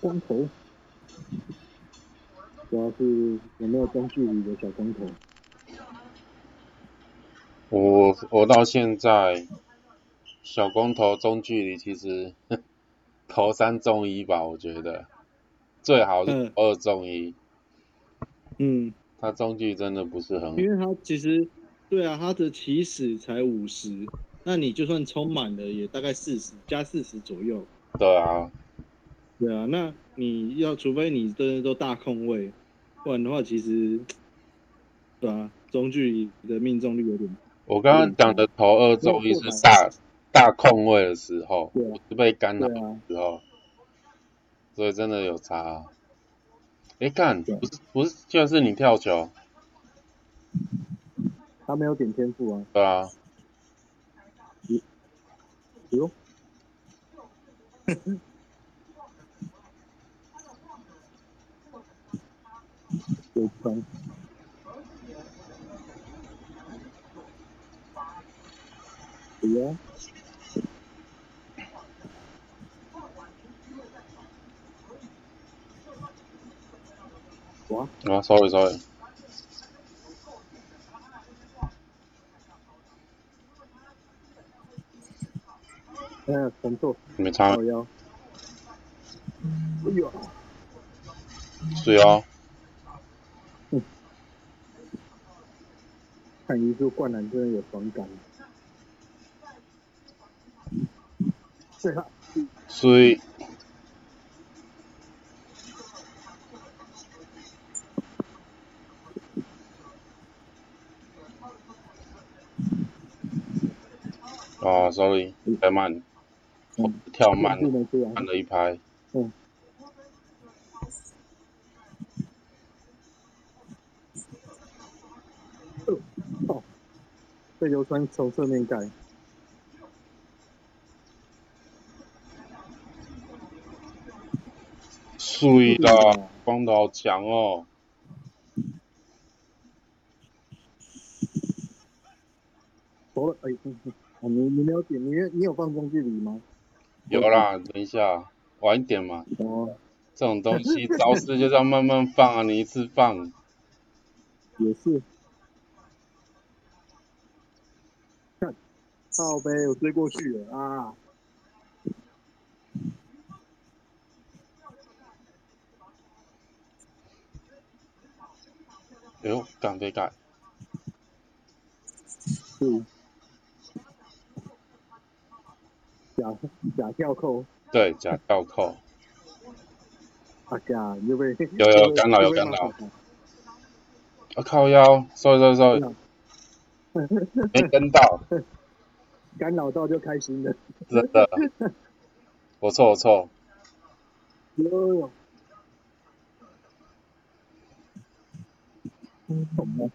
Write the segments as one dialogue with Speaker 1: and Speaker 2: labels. Speaker 1: 光头，主要是有没有中距离的小光头。
Speaker 2: 我我到现在，小光头中距离其实 投三中一吧，我觉得最好是
Speaker 1: 嗯
Speaker 2: 投二中一，
Speaker 1: 嗯，
Speaker 2: 他中距离真的不是很好
Speaker 1: 因为他其实对啊，他的起始才五十，那你就算充满了也大概四十加四十左右。
Speaker 2: 对啊，
Speaker 1: 对啊，那你要除非你真的都大空位，不然的话其实，对啊，中距离的命中率有点
Speaker 2: 我刚
Speaker 1: 嗯
Speaker 2: 刚讲的投二中一是大大空位的时候，
Speaker 1: 对啊
Speaker 2: 不是被干扰
Speaker 1: 对
Speaker 2: 的
Speaker 1: 啊，
Speaker 2: 时候，所以真的有差、啊。哎，干，
Speaker 1: 对
Speaker 2: 不是不是，就是你跳球，
Speaker 1: 他没有点天赋啊。
Speaker 2: 对啊，
Speaker 1: 哟，有坑。有啊，
Speaker 2: 啊，sorry sorry，
Speaker 1: 嗯，很错，
Speaker 2: 没差
Speaker 1: 好，腰。哎呦，
Speaker 2: 是哦，
Speaker 1: 看一柱灌篮真的有爽感。对啊，
Speaker 2: 所以啊，sorry，太慢，我跳慢
Speaker 1: 进没出来
Speaker 2: 慢。了一拍，
Speaker 1: 被流川从侧面盖。
Speaker 2: 注意到光头好强哦，
Speaker 1: 走了，哎，嗯嗯啊你你没有点，你你有放中距离吗？
Speaker 2: 有啦，等一下，晚一点嘛，
Speaker 1: 哦，
Speaker 2: 这种东西招式就是要慢慢放啊，你一次放，
Speaker 1: 也是。看，靠呗，我追过去了啊！
Speaker 2: 哎呦，干杯干，
Speaker 1: 是假假跳扣
Speaker 2: 对，假倒扣，
Speaker 1: 啊假，又被
Speaker 2: 有有干 扰有干扰。啊靠腰，sorry sorry sorry，没
Speaker 1: 嗯
Speaker 2: 跟到，
Speaker 1: 干扰到就开心了。
Speaker 2: 真的，我错我错，
Speaker 1: 哟，懂吗？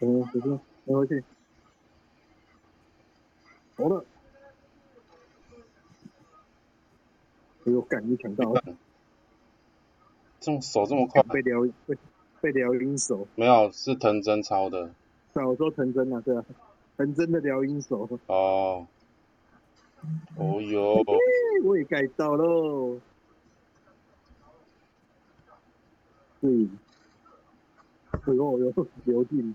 Speaker 1: 嗯，回去，没回去。好了。哎呦，感觉抢到了，
Speaker 2: 这种手这么快，
Speaker 1: 被辽被被辽音手。
Speaker 2: 没有是藤真抄的
Speaker 1: 对啊，我说陈真啊，对啊，陈真的辽音手，
Speaker 2: 哦，哦哟，
Speaker 1: 嘿我也盖到喽。对，哎呦 呦，刘进。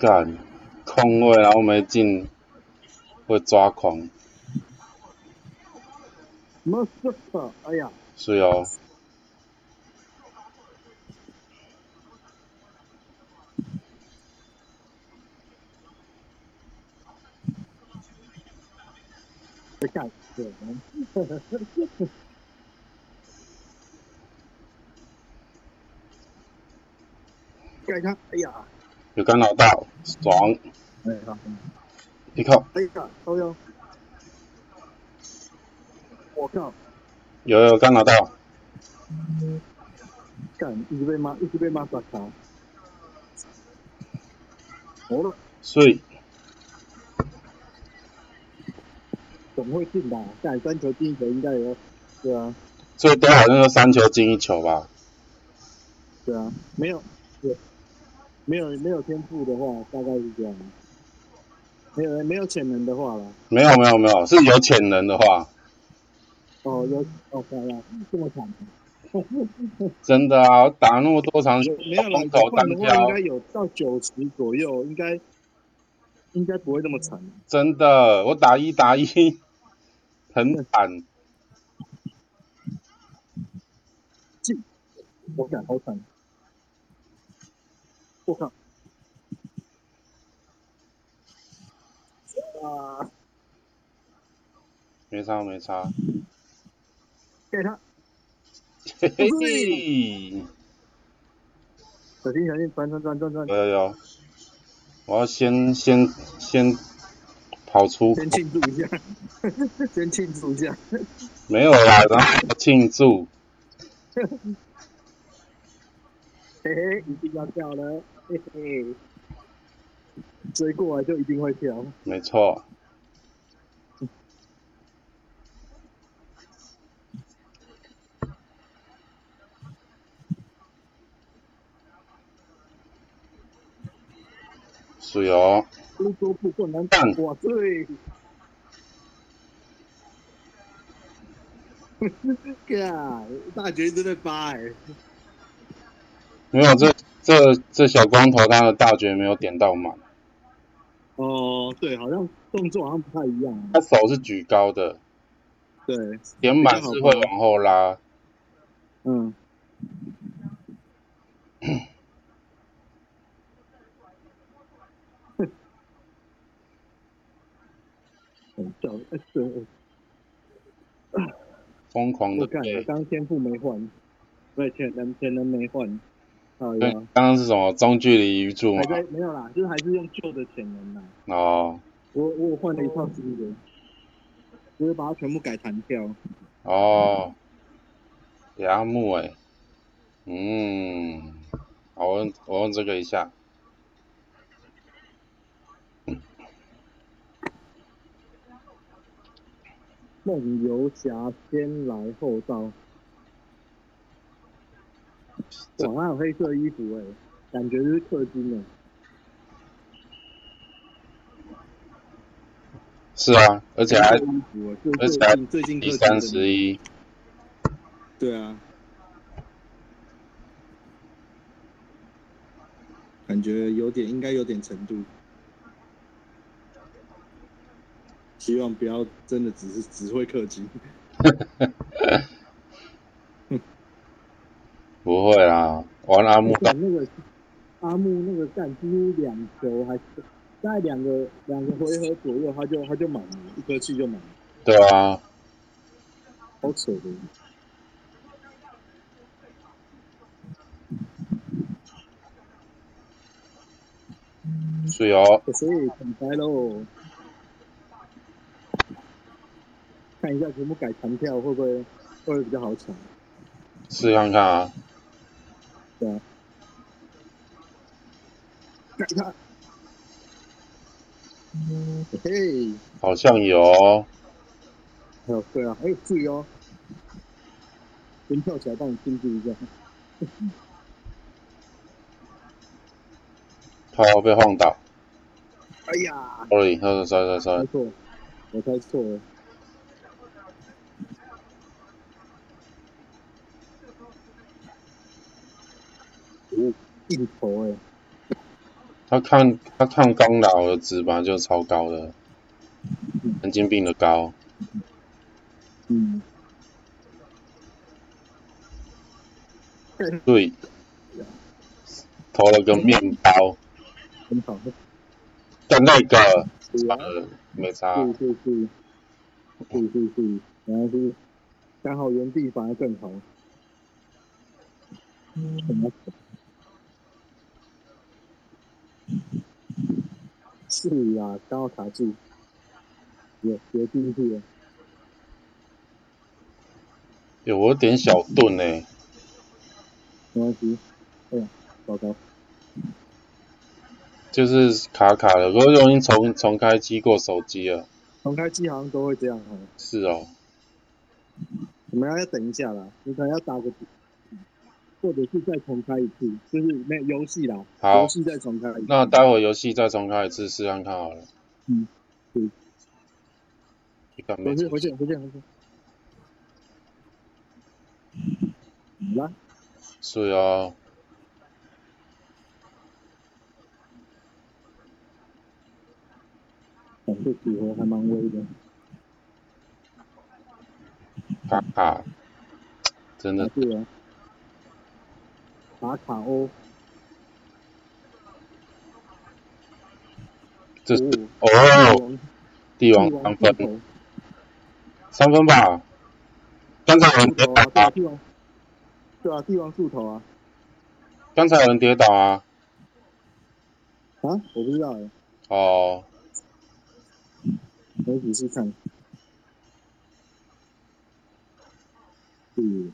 Speaker 2: 干，空位然后没进，会抓狂，
Speaker 1: m o t h e 哎呀，
Speaker 2: 是哦，
Speaker 1: 被吓死了。盖他，哎呀，
Speaker 2: 有干扰到，爽，
Speaker 1: 哎呀，
Speaker 2: 你看，
Speaker 1: 哎呀，高腰，我靠，
Speaker 2: 有有干扰到，
Speaker 1: 干，一直被骂，一直被骂打卡。好了，
Speaker 2: 所以
Speaker 1: 怎么会进的？干三球进一球应该有，对啊，
Speaker 2: 最多好像就三球进一球吧，
Speaker 1: 对啊，没有，对，没有没有天赋的话，大概是这样。没有没有潜能的话啦。
Speaker 2: 没有没有没有，是有潜能的话，
Speaker 1: 哦，有哦，好啦，这么惨，
Speaker 2: 真的啊，打那么多场
Speaker 1: 有没有啦？
Speaker 2: 空投
Speaker 1: 换
Speaker 2: 单
Speaker 1: 的话应
Speaker 2: 挑
Speaker 1: 该，有到九十左右，应该应该不会这么惨。
Speaker 2: 真的，我打一打一，很惨，
Speaker 1: 我感好惨，我靠！啊，
Speaker 2: 没差没差，
Speaker 1: 给他，
Speaker 2: 嘿嘿，
Speaker 1: 小心小心，转转转转转，
Speaker 2: 有有有，我要先先先跑出，
Speaker 1: 先庆祝一下， 先庆祝一下。
Speaker 2: 没有啦，然后庆祝，
Speaker 1: 嘿嘿，一定要跳了，嘿嘿，追过来就一定会跳。
Speaker 2: 没错，是哦，
Speaker 1: 如果不过难
Speaker 2: 干
Speaker 1: 哇， 对，干，大绝真的发哎、
Speaker 2: 没有这这这小光头他的大绝没有点到满，
Speaker 1: Ờ, 哦，对，好像动作好像不太一样啊。
Speaker 2: 他手是举高的，
Speaker 1: 对，
Speaker 2: 点满是会往后拉，
Speaker 1: 嗯，很笑，哎对，我
Speaker 2: 疯狂
Speaker 1: 我
Speaker 2: 的
Speaker 1: 干，
Speaker 2: 对
Speaker 1: 我。刚天赋没换，对，潜能潜能没换，好
Speaker 2: 对，
Speaker 1: 呀
Speaker 2: 刚，刚是什么中距离鱼柱
Speaker 1: 还
Speaker 2: 嘛？
Speaker 1: 在没有啦，就是还是用旧的潜能啦。
Speaker 2: 哦
Speaker 1: 我我有换了一套新的，我有把它全部改弹跳。
Speaker 2: 哦，牙木哎，嗯，好，我用我用这个一下，
Speaker 1: 梦游侠先来后到，哇，他有黑色衣服哎、感觉就是氪金哎、
Speaker 2: 是啊，而且还
Speaker 1: 黑色衣服哎、
Speaker 2: 而
Speaker 1: 最
Speaker 2: 且
Speaker 1: 最
Speaker 2: 还
Speaker 1: 近最近氪
Speaker 2: 比
Speaker 1: 金
Speaker 2: 三
Speaker 1: 的
Speaker 2: 十一，
Speaker 1: 对啊，感觉有点应该有点程度，希望不要真的只是只会氪金。
Speaker 2: 不会啦，玩阿木
Speaker 1: 干那个阿木那个干几乎两球还是大概两个两个回合左右，他就他就满了，一颗气就满了，
Speaker 2: 对啊，
Speaker 1: 好扯的。
Speaker 2: 所以哦，
Speaker 1: 所以很白喽，看一下全部改弹票会不会会不会比较好抢？
Speaker 2: 试看看啊，
Speaker 1: 改他，嗯嘿，
Speaker 2: 好像有哦，
Speaker 1: 还有对啊，还有注意哦，先跳起来帮你庆祝一下。
Speaker 2: 头被晃倒
Speaker 1: 哎呀，
Speaker 2: ，sorry，sorry
Speaker 1: 猜
Speaker 2: sorry sorry，
Speaker 1: 错，我猜错了。哦，硬头哎、
Speaker 2: 他看他看刚老的值本来就超高的，神经病的高，
Speaker 1: 嗯，
Speaker 2: 对，投了个面包。
Speaker 1: 很好，
Speaker 2: 但那个
Speaker 1: 对啊。
Speaker 2: 呃没差，
Speaker 1: 是是是，是是是，然后是刚好原地反而更好。什么？是啊，刚好卡住，也也进去了。
Speaker 2: 有我有点小欸顿呢、
Speaker 1: 没关系。哎呀，糟糕！
Speaker 2: 就是卡卡的，我容易重重开机过手机了。
Speaker 1: 重开机好像都会这样哦。
Speaker 2: 是哦，
Speaker 1: 我们要等一下啦，你可能要打个底，或者是再重开一次，就是没有游戏啦，
Speaker 2: 好
Speaker 1: 游戏再重开一次。
Speaker 2: 那待会游戏再重开一次试看看好了。干嘛
Speaker 3: 回？去回去回去回去，
Speaker 1: 好啦，
Speaker 2: 是啊，
Speaker 1: 哦这组合还蛮威的，
Speaker 2: 嗯卡卡，真的
Speaker 1: 啊对啊，打卡哦欧，
Speaker 2: 这
Speaker 1: 哦
Speaker 2: 哦，帝
Speaker 1: 帝
Speaker 2: 王
Speaker 1: 王
Speaker 2: 三
Speaker 1: 剃
Speaker 2: 分，
Speaker 1: 头，
Speaker 2: 三分吧。刚才有人
Speaker 1: 剃
Speaker 2: 跌
Speaker 1: 头
Speaker 2: 倒
Speaker 1: 啊，对啊，帝
Speaker 2: 啊，
Speaker 1: 王，对啊，帝王树头啊，
Speaker 2: 刚才有人跌倒啊。
Speaker 1: 啊，我不知道哎，
Speaker 2: 哦，
Speaker 1: 我仔细看，嗯，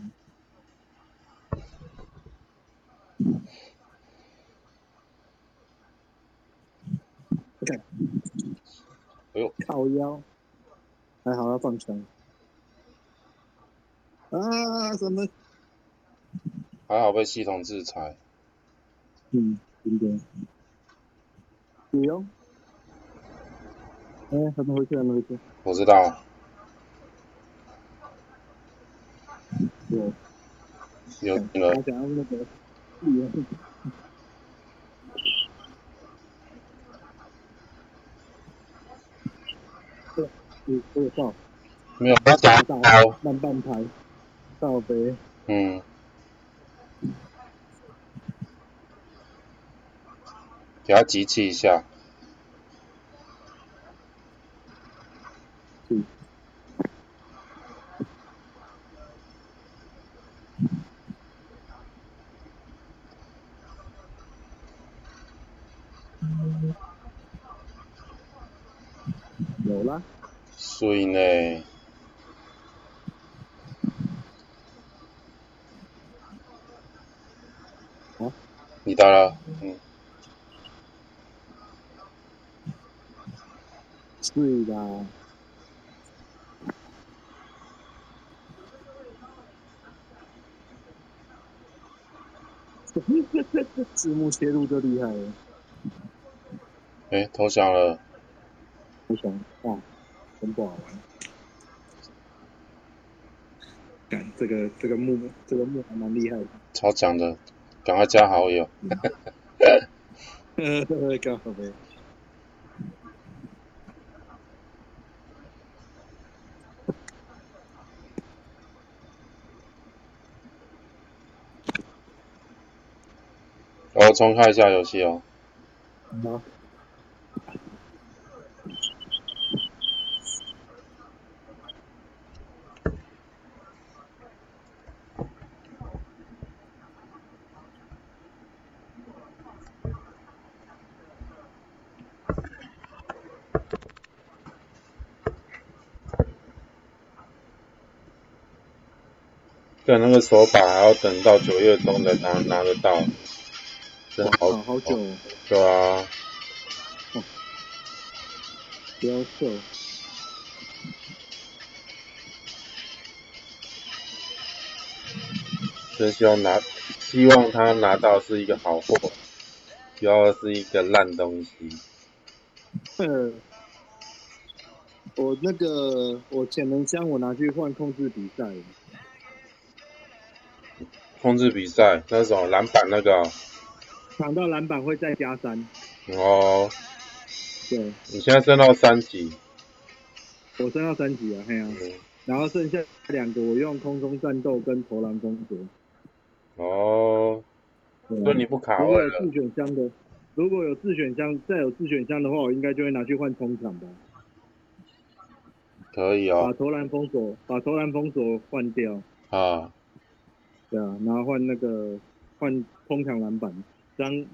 Speaker 2: 哎呦，
Speaker 1: 靠腰，还好要放枪，啊，什么？
Speaker 2: 还好被系统制裁。
Speaker 1: 嗯，真的。旅游？哎、还没回去，还没回去。
Speaker 2: 我知道，
Speaker 1: 对，
Speaker 2: 有
Speaker 1: 嗯
Speaker 2: 那个
Speaker 1: 他想要那个旅游。对，嗯，我有到，
Speaker 2: 没有？他打
Speaker 1: 到
Speaker 2: 好，
Speaker 1: 慢半拍，到北，
Speaker 2: 嗯，给他集气一下。
Speaker 1: 有啦，
Speaker 2: 所以呢，哦
Speaker 1: 好
Speaker 2: 你到了，嗯，
Speaker 1: 是啦。 字幕切入就厉害了。
Speaker 2: 哎，投降了，
Speaker 1: 我想，哇，真不好玩。干，这个这个木这个木还蛮厉害
Speaker 2: 超强的，赶快加好友，
Speaker 1: 的，干好呗。
Speaker 2: 我重开一下游戏哦，
Speaker 1: 好，
Speaker 2: 对，那个手把还要等到九月中才拿拿得到，真好
Speaker 1: 好好久、哦，
Speaker 2: 对啊，
Speaker 1: 不要瘦。
Speaker 2: 真希望拿，希望他拿到是一个好货，不要是一个烂东西。
Speaker 1: 呃，我那个我潜能箱我拿去换控制比赛了，
Speaker 2: 控制比赛那是什么篮板那个哦
Speaker 1: 抢到篮板会再加三。
Speaker 2: 哦，
Speaker 1: 对，
Speaker 2: 你现在升到三级，
Speaker 1: 我升到三级了，嘿啊。
Speaker 2: 嗯，
Speaker 1: 然后剩下两个我用空中战斗跟投篮风格。
Speaker 2: 哦，
Speaker 1: 对啊
Speaker 2: 所以你不卡哦
Speaker 1: 如果
Speaker 2: 位
Speaker 1: 有
Speaker 2: 了
Speaker 1: 自选箱的，如果有自选箱，再有自选箱的话，我应该就会拿去换冲场吧，
Speaker 2: 可以
Speaker 1: 把
Speaker 2: 哦，
Speaker 1: 投篮封锁，把投篮封锁换掉，
Speaker 2: 啊，
Speaker 1: 对啊，然后换那个换冲场篮板，这样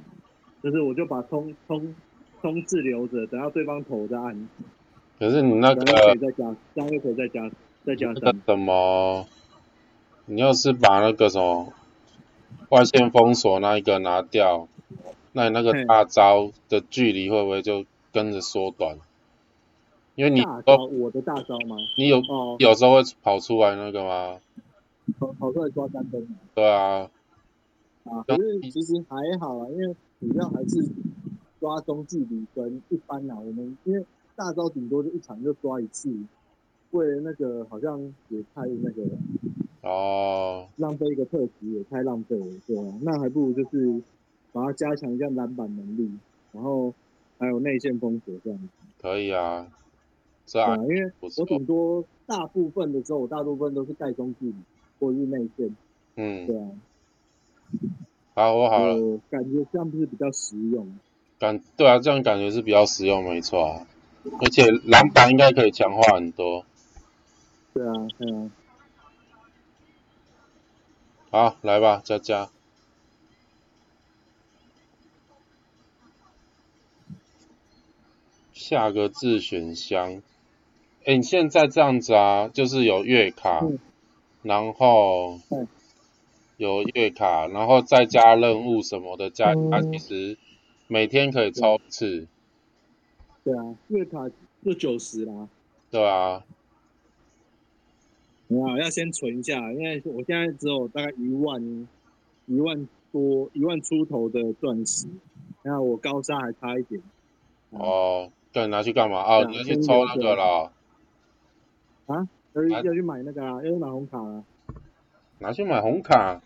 Speaker 1: 就是我就把冲冲冲刺留着，等到对方投再按，
Speaker 2: 可是你那
Speaker 1: 然后可
Speaker 2: 个
Speaker 1: 以再加，这样又可以再加再加
Speaker 2: 那个
Speaker 1: 三，
Speaker 2: 什么，你要是把那个什么外线封锁那一个拿掉，那你那个
Speaker 1: 嘿
Speaker 2: 大招的距离会不会就跟着缩短？因为你
Speaker 1: 大招
Speaker 2: 都
Speaker 1: 我的大招吗？
Speaker 2: 你有
Speaker 1: 哦，
Speaker 2: 有时候会跑出来那个吗？
Speaker 1: 跑跑出来抓三分嘛
Speaker 2: 对啊，
Speaker 1: 啊，可是其实还好啊，因为主要还是抓中距离跟一般啊，我们因为。大招顶多就一场就抓一次，为了那个好像也太那个
Speaker 2: 哦，
Speaker 1: 浪费一个特质也太浪费了，对啊，那还不如就是把它加强一下篮板能力，然后还有内线封锁这样子，
Speaker 2: 可以啊，这
Speaker 1: 对
Speaker 2: 还
Speaker 1: 啊，因为
Speaker 2: 不错
Speaker 1: 我，顶多大部分的时候，我大部分都是盖中距离或是内线，
Speaker 2: 嗯，
Speaker 1: 对啊，
Speaker 2: 好，啊我好了，
Speaker 1: 我感觉这样不是比较实用。
Speaker 2: 感对啊，这样感觉是比较实用，没错啊，而且篮板应该可以强化很多。
Speaker 1: 对啊，对啊，
Speaker 2: 好，来吧，佳佳。下个自选箱，哎，你现在这样子啊，就是有月卡，
Speaker 1: 嗯
Speaker 2: 然后
Speaker 1: 嗯
Speaker 2: 有月卡，然后再加任务什么的加，它
Speaker 1: 嗯
Speaker 2: 其实每天可以抽一次，
Speaker 1: 对啊，月卡就九十啦。
Speaker 2: 对啊，
Speaker 1: 没有，要先存一下，因为我现在只有大概一万一万多一万出头的钻石，那我高沙还差一点。嗯
Speaker 2: 哦，对，拿去干嘛啊？
Speaker 1: 对啊
Speaker 2: 你要去抽那个啦，
Speaker 1: 要去
Speaker 2: 啊
Speaker 1: 要去买那个啊，要去买红卡啊，
Speaker 2: 拿去买红卡，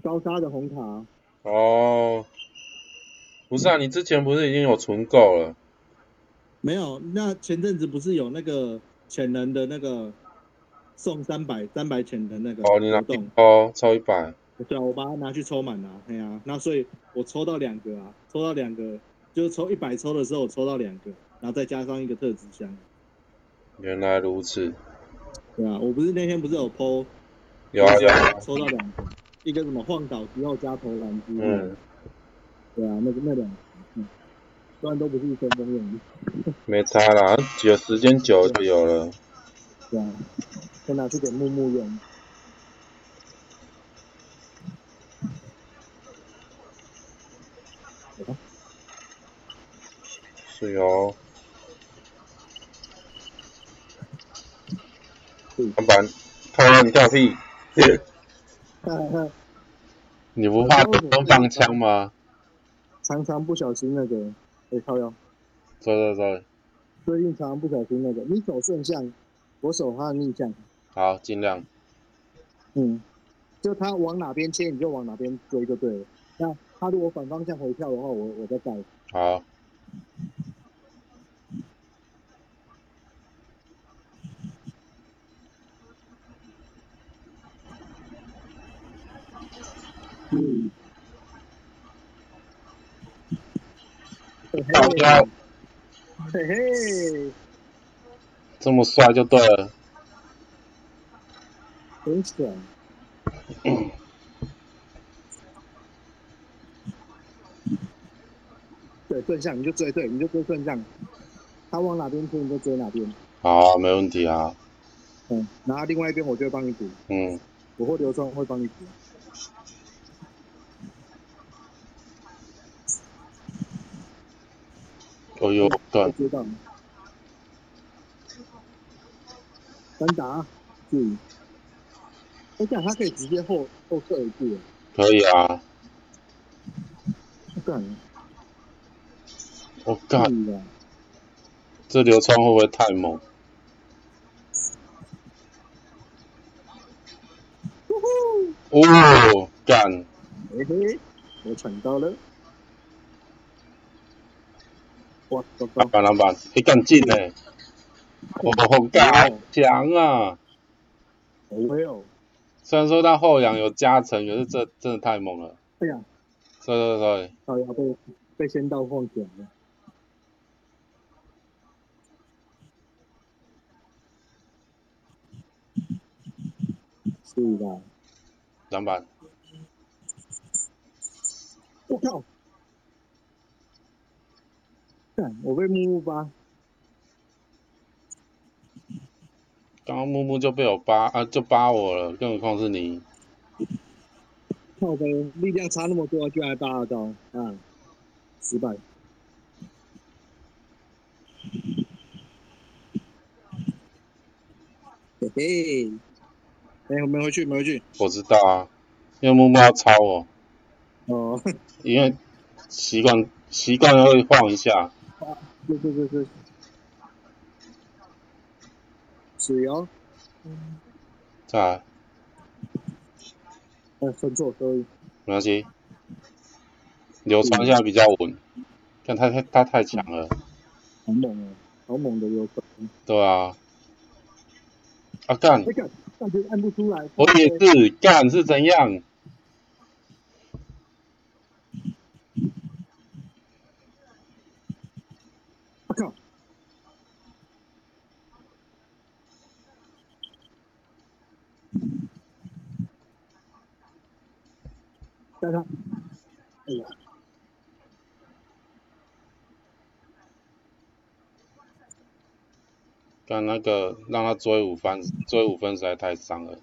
Speaker 1: 高沙的红卡啊，
Speaker 2: 哦，不是啊，你之前不是已经有存够了？
Speaker 1: 没有。那前阵子不是有那个潜能的那个送三百三百潜能那个
Speaker 2: 哦，你拿
Speaker 1: 活
Speaker 2: 一
Speaker 1: 动，
Speaker 2: 包抽一百，
Speaker 1: 对啊，我把它拿去抽满了、哎呀、那所以我抽到两个啊，抽到两个，就是抽一百抽的时候我抽到两个，然后再加上一个特质箱，
Speaker 2: 原来如此。
Speaker 1: 对啊，我不是那天不是有 PO
Speaker 2: 有啊有啊，
Speaker 1: 抽到两个，一个什么晃倒之后加投篮机，
Speaker 2: 嗯，
Speaker 1: 对啊，那个那两个，嗯，虽然都不是先锋用的，
Speaker 2: 没差啦，有时间久就有了。
Speaker 1: 对啊，先拿去给木木用，
Speaker 2: 是哦。
Speaker 1: 嗯
Speaker 2: 老板，看到你跳屁，你不怕被人放枪吗？
Speaker 1: 常常不小心那个，哎、靠腰，
Speaker 2: 走走走，
Speaker 1: 最近常常不小心那个，你手顺向，我手他的逆向，
Speaker 2: 好，尽量。
Speaker 1: 嗯，就他往哪边切你就往哪边追就对了。那他如果反方向回跳的话，我我再盖，
Speaker 2: 好，
Speaker 1: 嗯，嘿
Speaker 2: 大家
Speaker 1: 嘿，嘿嘿，
Speaker 2: 这么帅就对了。
Speaker 1: 很爽。对，顺向你就追，对，你就追顺向，他往哪边推你就追哪边，
Speaker 2: 好，没问题啊。
Speaker 1: 嗯，然后另外一边我就会帮你补，
Speaker 2: 嗯，
Speaker 1: 我或刘庄会帮你补。
Speaker 2: 哦呦，
Speaker 1: 我
Speaker 2: 对，
Speaker 1: 知道。单打，嗯，而且他可以直接后后撤一步，
Speaker 2: 可以啊。
Speaker 1: 干，
Speaker 2: 我、哦、
Speaker 1: 可
Speaker 2: 干，
Speaker 1: 以的，
Speaker 2: 这流川会不会太猛？
Speaker 1: 呼呼，
Speaker 2: 哦，干，
Speaker 1: 嘿哎嘿，我抢到了，哇，糟糕
Speaker 2: 老，板老板，你干劲呢？哦，干，强啊！
Speaker 1: 好威哦，
Speaker 2: 虽然说他后仰有加成，可是这真的太猛了。
Speaker 1: 哎呀，
Speaker 2: 对对对，
Speaker 1: 好呀，被被先到晃起来了，是的。
Speaker 2: 篮板，
Speaker 1: 我靠！干，我被木木吧，
Speaker 2: 刚刚木木就被我扒啊，就扒我了，更何况是你。
Speaker 1: 靠背，力量差那么多，居然还八二刀，啊，失败。嘿嘿，哎、我们回去，我们回去。
Speaker 2: 我知道啊，因为木木要抄我，
Speaker 1: 哦，
Speaker 2: 因为习惯习惯会晃一下。
Speaker 1: 对对对对，只要
Speaker 2: 再来，
Speaker 1: 呃分错可以，
Speaker 2: 没关系，流川现在比较稳，但他太他太强了，
Speaker 1: 好猛哦，好猛的流川，
Speaker 2: 对啊，啊干
Speaker 1: 哎，干，感觉按不出来，
Speaker 2: 我也是干是怎样？
Speaker 1: 我靠，带他，哎呀，
Speaker 2: 干那个让他追五分，追五分实在太伤了。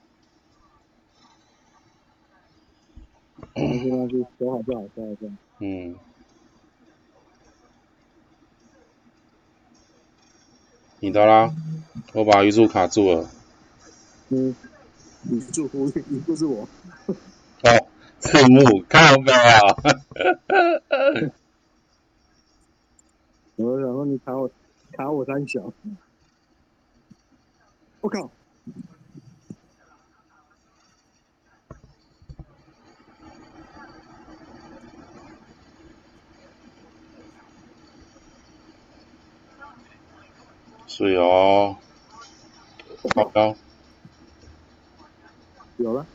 Speaker 1: 没事没事，手好不好，手好不好，
Speaker 2: 嗯，你的啦，我把鱼柱卡住了。
Speaker 1: 嗯，你祝福你就是我，
Speaker 2: 哦，字幕靠背啊！
Speaker 1: 我然后你卡我卡我三小，我靠，
Speaker 2: 是哦，好高，
Speaker 1: 有了，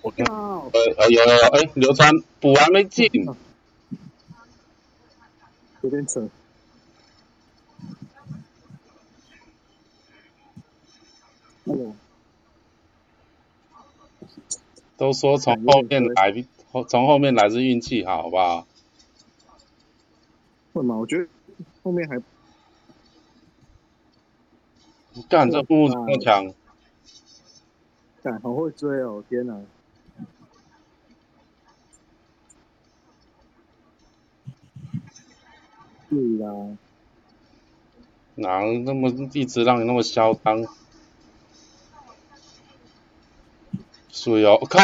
Speaker 1: 我靠，
Speaker 2: 呃呃有有有，哎，刘川补还没进，
Speaker 1: 有点扯，哎呦。
Speaker 2: 都说从后面来，后从后面来是运气好，好不好？
Speaker 1: 会吗？我觉得后面还
Speaker 2: 干这步这么强，
Speaker 1: 敢，好会追哦！天哪，对啦，
Speaker 2: 哪那么一直让你那么嚣张？是哦，靠，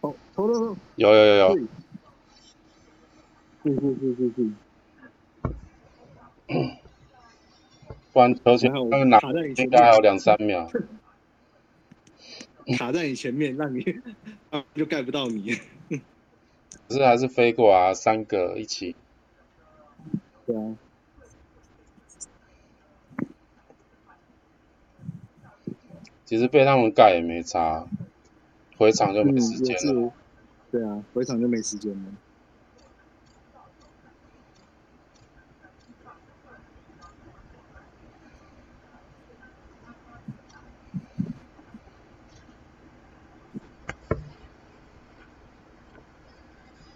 Speaker 1: 哦，投投投，
Speaker 2: 有有有有。
Speaker 1: 对，对对对对对，
Speaker 2: 不然球前
Speaker 1: 然后我
Speaker 2: 他们拿
Speaker 1: 卡在你前
Speaker 2: 应该还有
Speaker 1: 面，
Speaker 2: 两三秒。
Speaker 1: 卡在你前面，让你 啊就盖不到你。
Speaker 2: 可是还是飞过啊，三个一起。
Speaker 1: 对啊，
Speaker 2: 其实被他们盖也没差，回场就
Speaker 1: 嗯，
Speaker 2: 没时
Speaker 1: 也
Speaker 2: 间
Speaker 1: 是
Speaker 2: 了。，
Speaker 1: 对啊，回场就没时间了。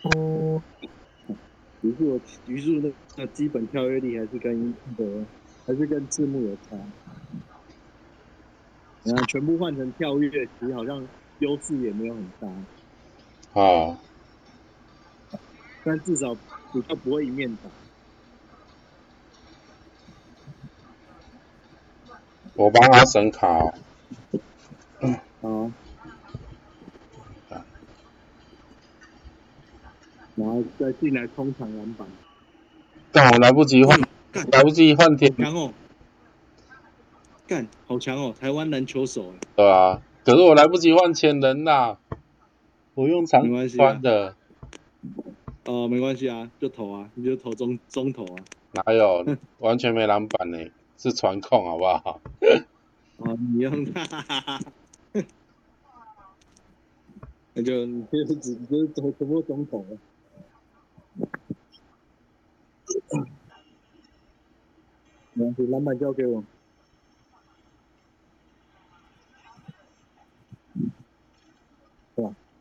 Speaker 1: 哦于是我于是那那基本跳跃力还是跟那个还是跟字幕有差。然后全部换成跳跃，其实好像优势也没有很大，
Speaker 2: 哦，
Speaker 1: 但至少比较不会一面倒。
Speaker 2: 我帮阿神卡哦、
Speaker 1: 好，然后再进来冲场篮板，
Speaker 2: 但我来不及换，
Speaker 1: 嗯
Speaker 2: 来不及换天，
Speaker 1: 强哦！干，好强哦！台湾篮球手哎，
Speaker 2: 对啊，可是我来不及换前人啦、我用长
Speaker 1: 没关系啊
Speaker 2: 穿的，
Speaker 1: 哦，没关系啊，就投啊，你就投中中投啊。
Speaker 2: 哪有？ 完全没篮板呢、是传控好不好？
Speaker 1: 哦，你用它，那就你就是只就是投全部中投了。没关系，篮板交给我。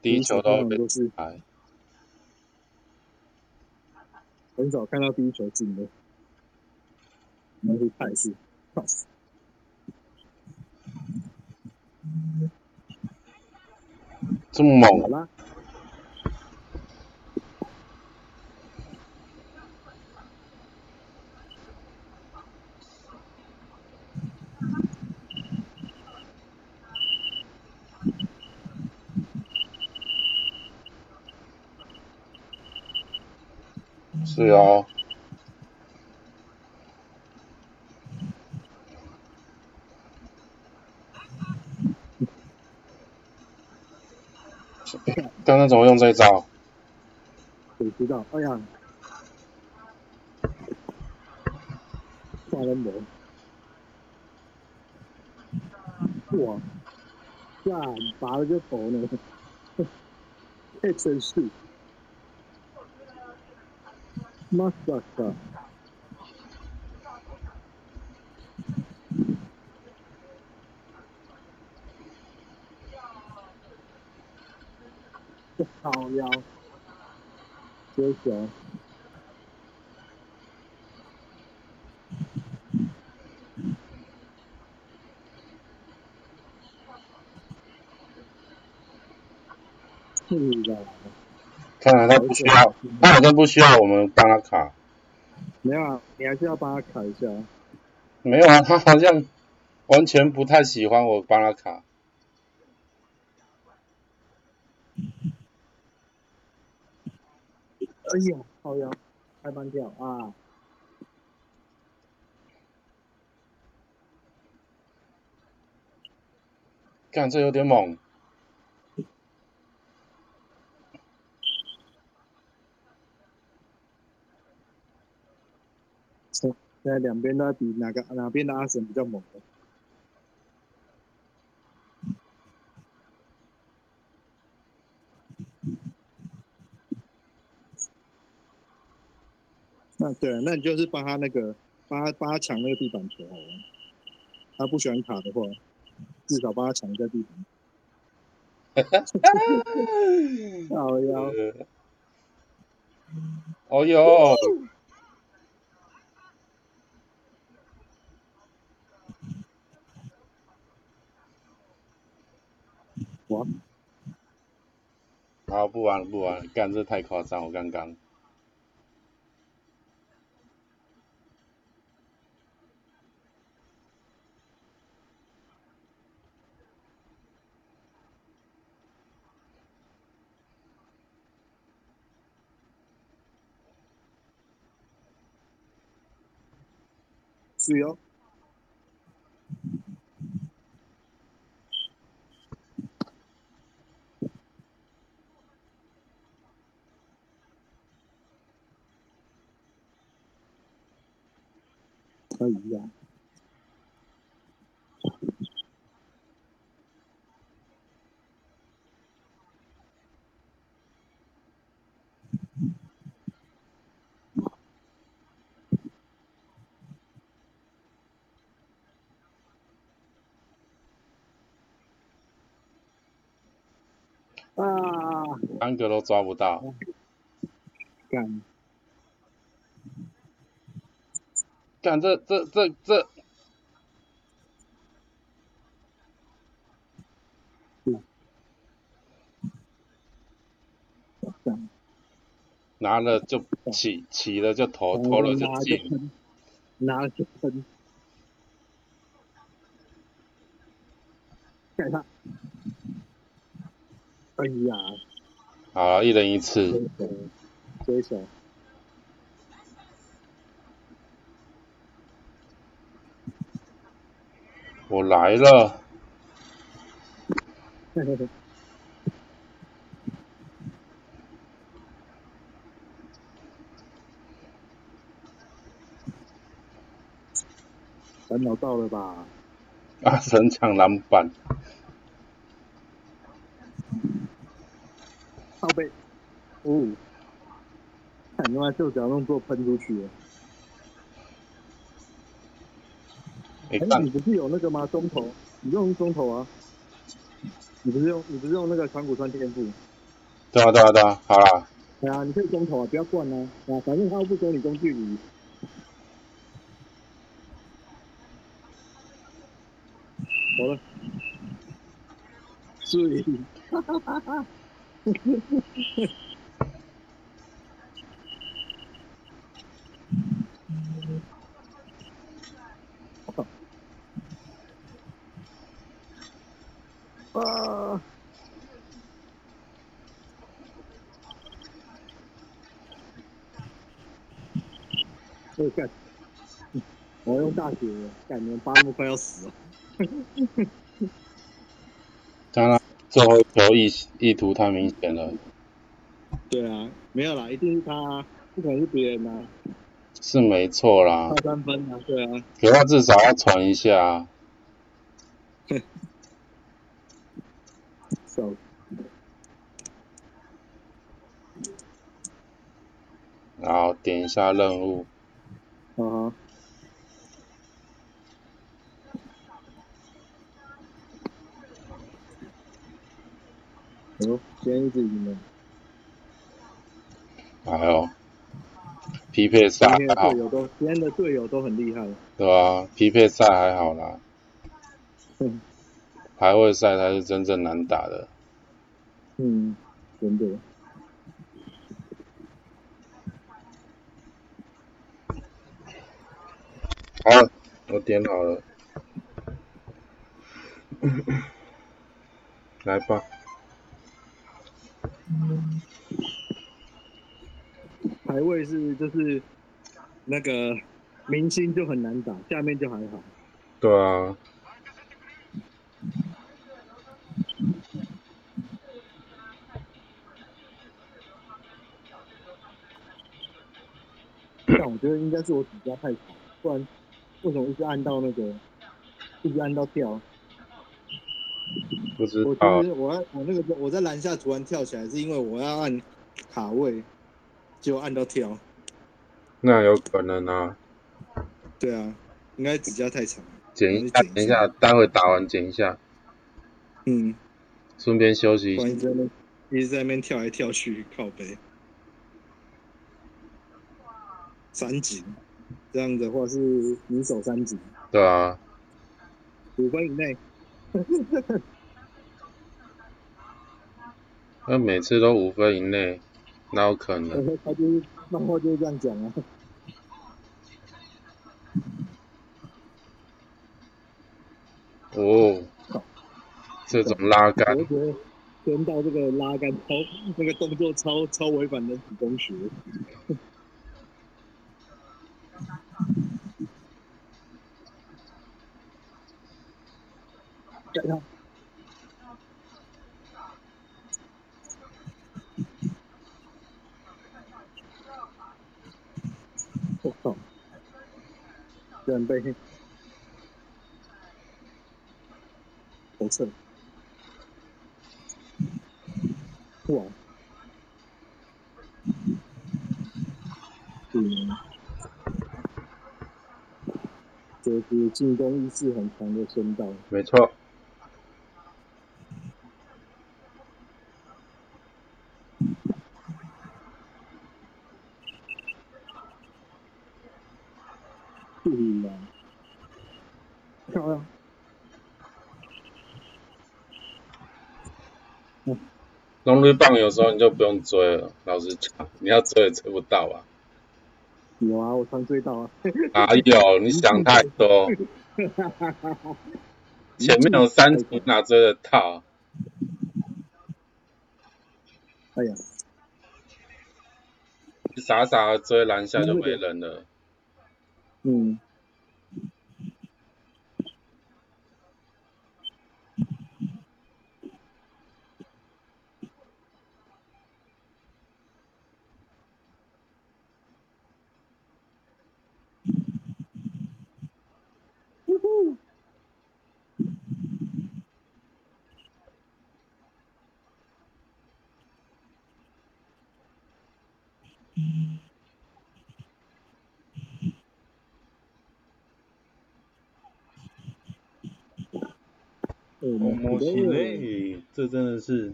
Speaker 2: 第一球都会被
Speaker 1: 都是
Speaker 2: 哎，
Speaker 1: 很少看到第一球进的，那是泰式 cross。
Speaker 2: 这么猛
Speaker 1: 好啦，
Speaker 2: 是哦，刚刚怎么用这一招？
Speaker 1: 谁知道？哎呀，萨恩博，哇，干拔了就头呢，太绅士。まさか。好腰，追球。是的，
Speaker 2: 看来他不需要，他好像不需要我们帮他卡。
Speaker 1: 没有啊，你还是要帮他砍一下。
Speaker 2: 没有啊，他 好像完全不太喜欢我帮他卡。
Speaker 1: 哎呦，好腰，开半掉啊！
Speaker 2: 干，这有点猛。
Speaker 1: 现在两边都在比哪个哪边的阿神比较猛的。那对啊，那你就是帮他那个，帮他帮他抢那个地板球好了。他不喜欢卡的话，至少帮他抢一下地板。好呀，
Speaker 2: 呃哦哟，
Speaker 1: 哇，
Speaker 2: 好，不玩了，不玩了，干，这太夸张，我刚刚。
Speaker 1: 自由。可以呀、啊。啊，
Speaker 2: 安格都抓不到，
Speaker 1: 干，
Speaker 2: 干这这这这
Speaker 1: 干，
Speaker 2: 拿了就起，起了就投，投了就
Speaker 1: 哦拿就
Speaker 2: 进，
Speaker 1: 喷，拿了就喷，盖他！哎呀，
Speaker 2: 好了，一人一次，
Speaker 1: 追球，追球，
Speaker 2: 我来了，
Speaker 1: 嘿嘿嘿烦恼到了吧？
Speaker 2: 阿啊神抢篮板，
Speaker 1: 靠背，哦，看你妈右脚动作喷出去了。
Speaker 2: 哎
Speaker 1: 哎、
Speaker 2: 干
Speaker 1: 你不是有那个吗？中投，你用中投啊？你不是用你不是用那个长谷川天赋？
Speaker 2: 对啊对啊对啊，好啦，
Speaker 1: 对啊，你可以中投啊，不要灌啊，啊，反正他又不跟你中距离。好了，注意， 啊！我干， 我要用大铁，感觉巴木快要死了。
Speaker 2: 当然最后一球意意图太明显了，
Speaker 1: 对啊，没有啦，一定是他、啊，不可能是别人啊，
Speaker 2: 是没错啦
Speaker 1: 他。三分啊，对啊，
Speaker 2: 可他至少要传一下啊，
Speaker 1: 手
Speaker 2: 然后点一下任务，
Speaker 1: 啊哈，哦，今天一直赢了，
Speaker 2: 还有哎匹配赛
Speaker 1: 今天的
Speaker 2: 还好
Speaker 1: 队，友都，今天的队友都很厉害，
Speaker 2: 对吧、匹配赛还好啦
Speaker 1: 嗯，
Speaker 2: 排位赛才是真正难打的。
Speaker 1: 嗯，真的，
Speaker 2: 好，我点好了， 来吧。
Speaker 1: 排位是就是那个明星就很难打，下面就还好，
Speaker 2: 对啊。
Speaker 1: 但我觉得应该是我指甲太长，不然为什么一直按到那个，一直按到掉？
Speaker 2: 不知
Speaker 1: 我
Speaker 2: 道
Speaker 1: 其，实我要我那个我在篮下突然跳起来，是因为我要按卡位，结果按到跳。
Speaker 2: 那有可能啊。
Speaker 1: 对啊，应该指甲太长。
Speaker 2: 剪一下，
Speaker 1: 剪
Speaker 2: 剪
Speaker 1: 一
Speaker 2: 一
Speaker 1: 下
Speaker 2: 下，待会打完剪一下，
Speaker 1: 嗯，
Speaker 2: 顺便休息一
Speaker 1: 不然一直
Speaker 2: 下。
Speaker 1: 在那边一直在那边跳来跳去，靠背。三级，这样的话是你手三级，
Speaker 2: 对啊，
Speaker 1: 五分以内。
Speaker 2: 那每次都五分以内，那有可能？
Speaker 1: 他就是漫画就是这样讲啊。
Speaker 2: 哦，这种拉杆
Speaker 1: 我就觉得跟到这个拉杆超那个动作超超违反人体工学。对啊我靠！居然被头撤。哇！嗯，这是进攻意识很强的声道。
Speaker 2: 没错。
Speaker 1: 不一样，漂亮。
Speaker 2: 龙绿棒有时候你就不用追了，老实讲，你要追也追不到 啊。
Speaker 1: 有啊，我常追到啊。
Speaker 2: 哪有？你想太多，前面有三级，哪追得到？
Speaker 1: 哎呀，
Speaker 2: 你傻傻的追篮下就没人了。
Speaker 1: 嗯，我
Speaker 2: 我
Speaker 1: 们
Speaker 2: 摸西嘞，这真的是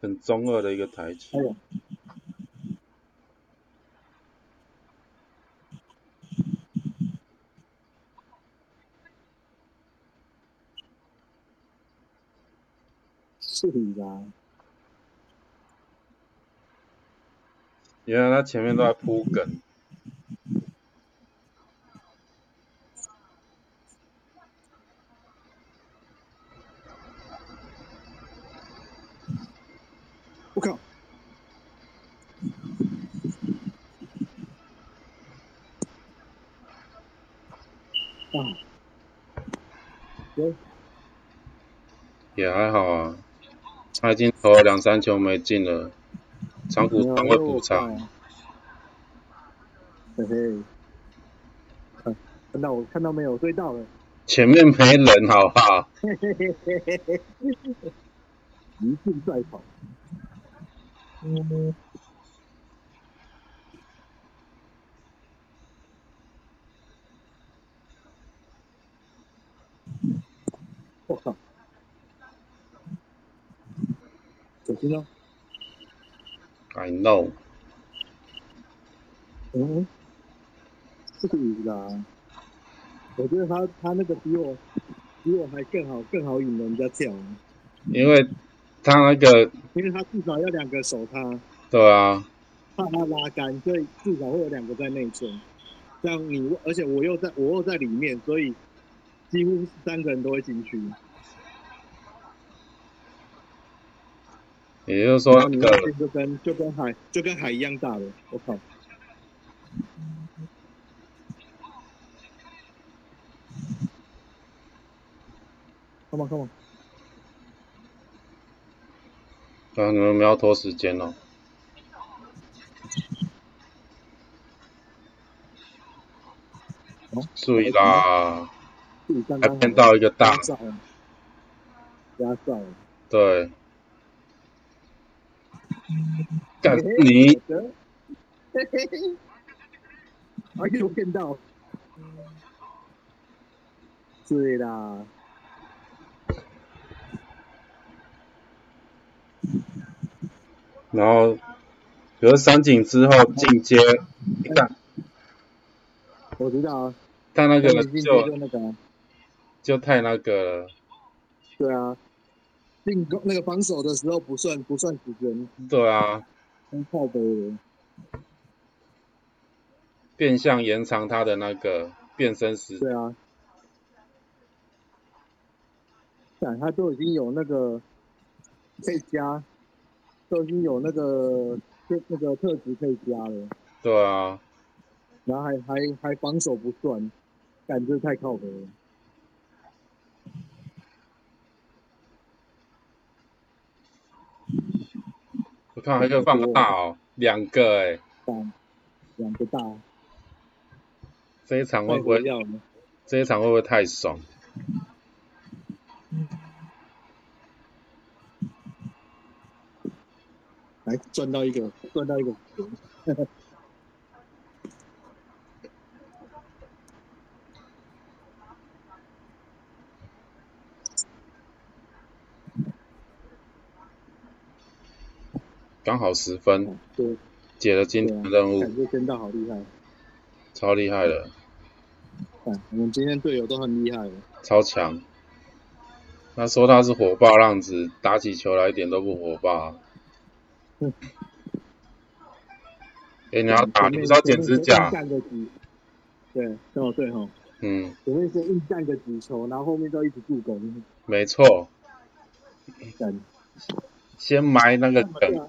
Speaker 2: 很中二的一个台词
Speaker 1: 哎。呀，是啊啦，
Speaker 2: 原来他前面都在铺梗，
Speaker 1: 我靠！啊啊！喂，
Speaker 2: 也还好啊，他已经投了两三球没进了，长谷
Speaker 1: 没有
Speaker 2: 川
Speaker 1: 因
Speaker 2: 会
Speaker 1: 为我
Speaker 2: 补
Speaker 1: 看
Speaker 2: 场，。
Speaker 1: 嘿嘿，看看到我看到没有追到了，
Speaker 2: 前面没人好不好？
Speaker 1: 嘿嘿嘿嘿嘿，一进再跑。嗯，我靠！小心哦！
Speaker 2: I know，
Speaker 1: 嗯，这个雨啦，我觉得他他那个比我比我还更好，更好引人家跳，
Speaker 2: 因为他那个
Speaker 1: 因为他至少要两个手他，
Speaker 2: 对啊，
Speaker 1: 怕他拉杆，所以至少会有两个在内圈。这样你，而且我又在我又在里面，所以几乎三个人都会进去。
Speaker 2: 也就是
Speaker 1: 然
Speaker 2: 说
Speaker 1: 后你
Speaker 2: 那
Speaker 1: 那
Speaker 2: 个
Speaker 1: 边就跟就跟海就跟海一样大了，我靠！干嘛干嘛？
Speaker 2: 啊，你们不要拖时间哦。
Speaker 1: 哦
Speaker 2: 注意啦，
Speaker 1: 自己刚
Speaker 2: 还
Speaker 1: 刚
Speaker 2: 骗到一个大
Speaker 1: 压，哨，压哨。
Speaker 2: 对。干
Speaker 1: 嘿嘿
Speaker 2: 你，
Speaker 1: 好的嘿嘿嘿而且我哎骗到，对啦，
Speaker 2: 然后可是三井之后进阶，你看
Speaker 1: 我知道啊，
Speaker 2: 他那
Speaker 1: 那
Speaker 2: 个
Speaker 1: 进阶
Speaker 2: 就
Speaker 1: 就那个啊，
Speaker 2: 就太那个了，
Speaker 1: 对啊，进攻那个防守的时候不算不算主人，
Speaker 2: 对啊，
Speaker 1: 很靠北的。
Speaker 2: 变相延长他的那个变身时
Speaker 1: 对啊，但他都已经有那个配加，都已经有那个就那个特质配加了，
Speaker 2: 对啊，
Speaker 1: 然后还还还防守不算，感觉太靠北了。
Speaker 2: 我看还可以放个大哦，两个哎、
Speaker 1: 两个大，
Speaker 2: 这一场会
Speaker 1: 太
Speaker 2: 不
Speaker 1: 火
Speaker 2: 会
Speaker 1: 药了。
Speaker 2: 这一场会不会太爽？
Speaker 1: 来赚到一个，赚到一个，
Speaker 2: 刚好十分，
Speaker 1: 对，
Speaker 2: 解了今天的任务，
Speaker 1: 感觉真的好厉害。
Speaker 2: 超厉害的，
Speaker 1: 看，我们今天队友都很厉害了，
Speaker 2: 超强。他说他是火爆浪子，打起球来一点都不火爆、啊。
Speaker 1: 嗯
Speaker 2: 哎、你要打，
Speaker 1: 前
Speaker 2: 你
Speaker 1: 面
Speaker 2: 不是要剪指
Speaker 1: 前面
Speaker 2: 甲
Speaker 1: 先硬？干个几，对，哦对吼，
Speaker 2: 嗯，
Speaker 1: 前面先硬干个几球，然后后面都一直助攻，
Speaker 2: 没错，
Speaker 1: 干。
Speaker 2: 先埋那个
Speaker 1: 对
Speaker 2: 梗，
Speaker 1: 啊，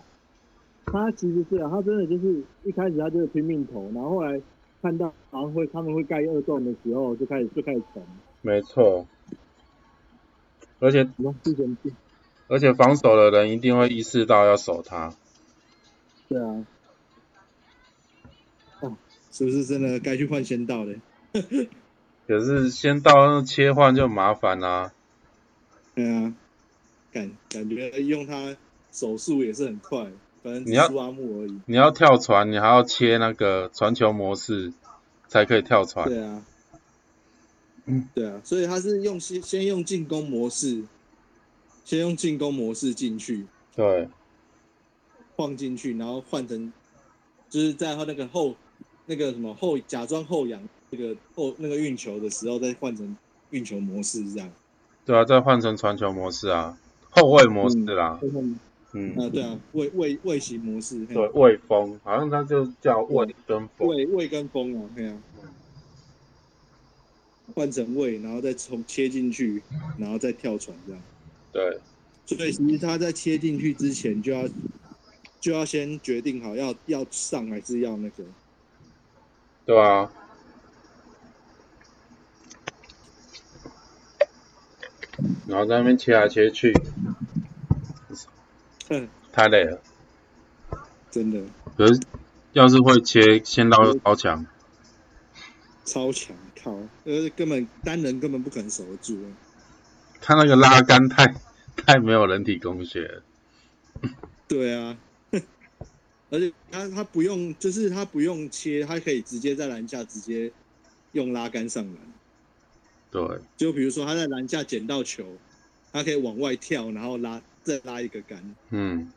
Speaker 1: 他其实是啊，他真的就是一开始他就是拼命投，然后后来看到好像会他们会盖二段的时候，就开始就开始传。
Speaker 2: 没错。而且
Speaker 1: 你看之前不
Speaker 2: 而且防守的人一定会意识到要守他，
Speaker 1: 对啊，哦，是不是真的该去换仙道嘞？
Speaker 2: 可是先到那切换就麻烦啊啦、
Speaker 1: 对啊，感感觉用他手速也是很快，反正只
Speaker 2: 你要
Speaker 1: 输阿木而已。
Speaker 2: 你要跳船，你还要切那个传球模式才可以跳船。
Speaker 1: 对啊，
Speaker 2: 嗯，
Speaker 1: 对啊，所以他是用先先用进攻模式，先用进攻模式进去，
Speaker 2: 对
Speaker 1: 晃进去，然后换成就是在他那个后那个什么后假装后仰那个后那个运球的时候，再换成运球模式这样。
Speaker 2: 对啊，再换成传球模式啊，后卫模式啦。
Speaker 1: 啊，
Speaker 2: 嗯，
Speaker 1: 对啊，卫卫卫型模式，嘿
Speaker 2: 对，卫风好像它就叫卫跟风。
Speaker 1: 卫卫跟风啊，对啊，换成卫，然后再从切进去，然后再跳传这样。
Speaker 2: 对
Speaker 1: 所以其实他在切进去之前就要就要先决定好要要上还是要那个，
Speaker 2: 对啊，然然后在那边切来切去，
Speaker 1: 嗯，
Speaker 2: 太累了。
Speaker 1: 真的
Speaker 2: 可是要是会切，先到
Speaker 1: 嗯
Speaker 2: 就超强。
Speaker 1: 超强，靠，呃，根本单人根本不可能守得住。啊
Speaker 2: 他那个拉杆太太没有人体工学了，
Speaker 1: 对啊，而且他他不用，就是他不用切，他可以直接在篮下直接用拉杆上篮。
Speaker 2: 对，
Speaker 1: 就比如说他在篮下捡到球，他可以往外跳，然后拉再拉一个杆，
Speaker 2: 嗯，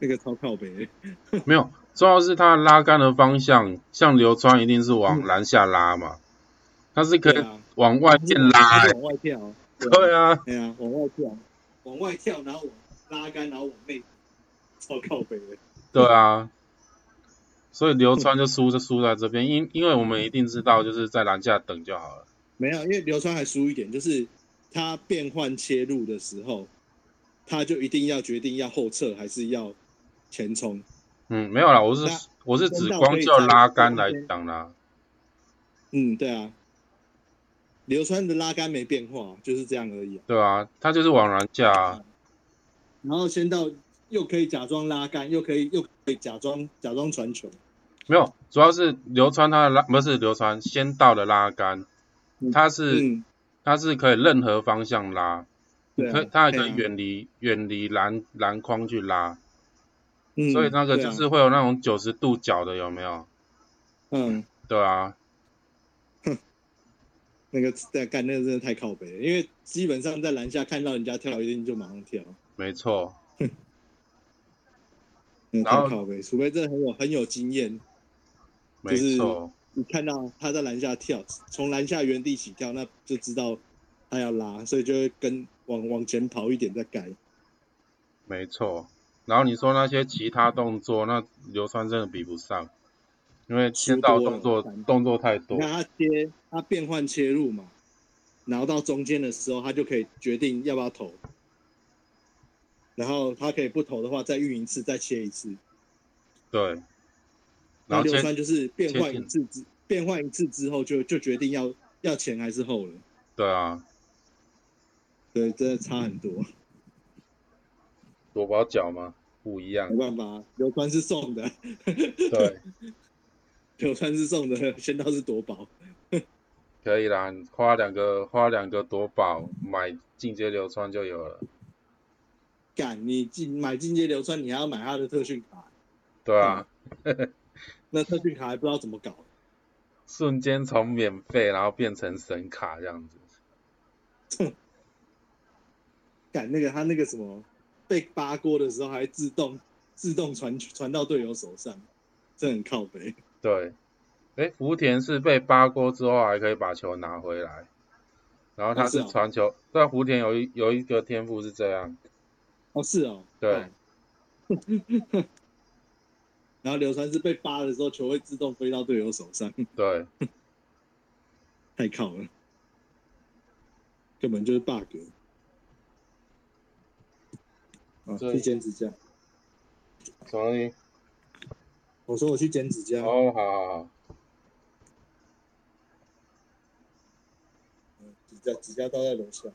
Speaker 1: 那个超靠北。嗯
Speaker 2: 没有，主要是他拉杆的方向，像流川一定是往篮下拉嘛，他是可
Speaker 1: 嗯对
Speaker 2: 以
Speaker 1: 啊，
Speaker 2: 往外面拉、
Speaker 1: 他
Speaker 2: 欸
Speaker 1: 是，往外跳。
Speaker 2: 对啊，
Speaker 1: 对啊，往外跳，往外跳，然后往拉杆，然后往内，超靠北的。
Speaker 2: 对啊，所以流川就输就输在这边，因因为我们一定知道就是在篮下等就好了，
Speaker 1: 没有，因为流川还输一点，就是他变换切入的时候，他就一定要决定要后撤还是要前冲。
Speaker 2: 嗯，没有啦，我是
Speaker 1: 那
Speaker 2: 我是指光就拉杆来讲啦，
Speaker 1: 嗯，对啊，流川的拉杆没变化，就是这样而已啊、
Speaker 2: 对啊，他就是往篮下、啊，
Speaker 1: 然后先到又可以假装拉杆，又可以又可以假装假装传球，
Speaker 2: 没有，主要是流川他的拉不是流川先到的拉杆，他是。
Speaker 1: 嗯，
Speaker 2: 它是可以任何方向拉，
Speaker 1: 对
Speaker 2: 可
Speaker 1: 啊，
Speaker 2: 它还可
Speaker 1: 对
Speaker 2: 以
Speaker 1: 啊
Speaker 2: 远离远离篮篮筐去拉，
Speaker 1: 嗯
Speaker 2: 所以那个
Speaker 1: 对
Speaker 2: 就
Speaker 1: 啊
Speaker 2: 是会有那种九十度角的有没有？
Speaker 1: 嗯，
Speaker 2: 对啊，
Speaker 1: 那个在干那个真的太靠北了，因为基本上在篮下看到人家跳，一定就马上跳，
Speaker 2: 没错，
Speaker 1: 嗯，
Speaker 2: 然后
Speaker 1: 太靠北，除非真的很有很有经验，
Speaker 2: 没错，
Speaker 1: 你看到他在篮下跳，从篮下原地起跳，那就知道他要拉，所以就会跟往往前跑一点再改。
Speaker 2: 没错。然后你说那些其他动作，那流川真的比不上，因为签到动
Speaker 1: 输
Speaker 2: 作
Speaker 1: 多了
Speaker 2: 动作太
Speaker 1: 你
Speaker 2: 多，
Speaker 1: 看他切，他变换切入嘛，然后到中间的时候，他就可以决定要不要投，然后他可以不投的话，再运一次，再切一次。
Speaker 2: 对。然
Speaker 1: 那
Speaker 2: 后
Speaker 1: 六
Speaker 2: 签
Speaker 1: 三就是变换
Speaker 2: 切
Speaker 1: 一次之变换一次之后就，就决定要要前还是后了。
Speaker 2: 对啊，
Speaker 1: 对，真的差很多，
Speaker 2: 左保角嘛，不一样
Speaker 1: 没，办法，流川是送的，
Speaker 2: 对，
Speaker 1: 流川是送的，仙道是夺宝。
Speaker 2: 可以啦，你花两个花两个夺宝买进阶流川就有了，
Speaker 1: 干，你进买进阶流川，你还要买他的特训卡，
Speaker 2: 对啊。
Speaker 1: 那特训卡还不知道怎么搞。
Speaker 2: 瞬间从免费然后变成神卡这样子。
Speaker 1: 干那个他那个什么被扒锅的时候，还自动自动传传到队友手上，这很靠北。
Speaker 2: 对，哎，福田是被扒锅之后还可以把球拿回来，然后他
Speaker 1: 哦是
Speaker 2: 是
Speaker 1: 哦
Speaker 2: 传球，但福田有一有一个天赋是这样，
Speaker 1: 哦，是哦，
Speaker 2: 对
Speaker 1: 哦 然后流川是被扒的时候，球会自动飞到队友手上，
Speaker 2: 对，
Speaker 1: 太靠了，根本就是 bug。啊，
Speaker 2: 对
Speaker 1: 去剪指甲。
Speaker 2: 所以
Speaker 1: 我说我去剪指甲。
Speaker 2: 哦，好好好，
Speaker 1: 指甲指甲刀在楼下。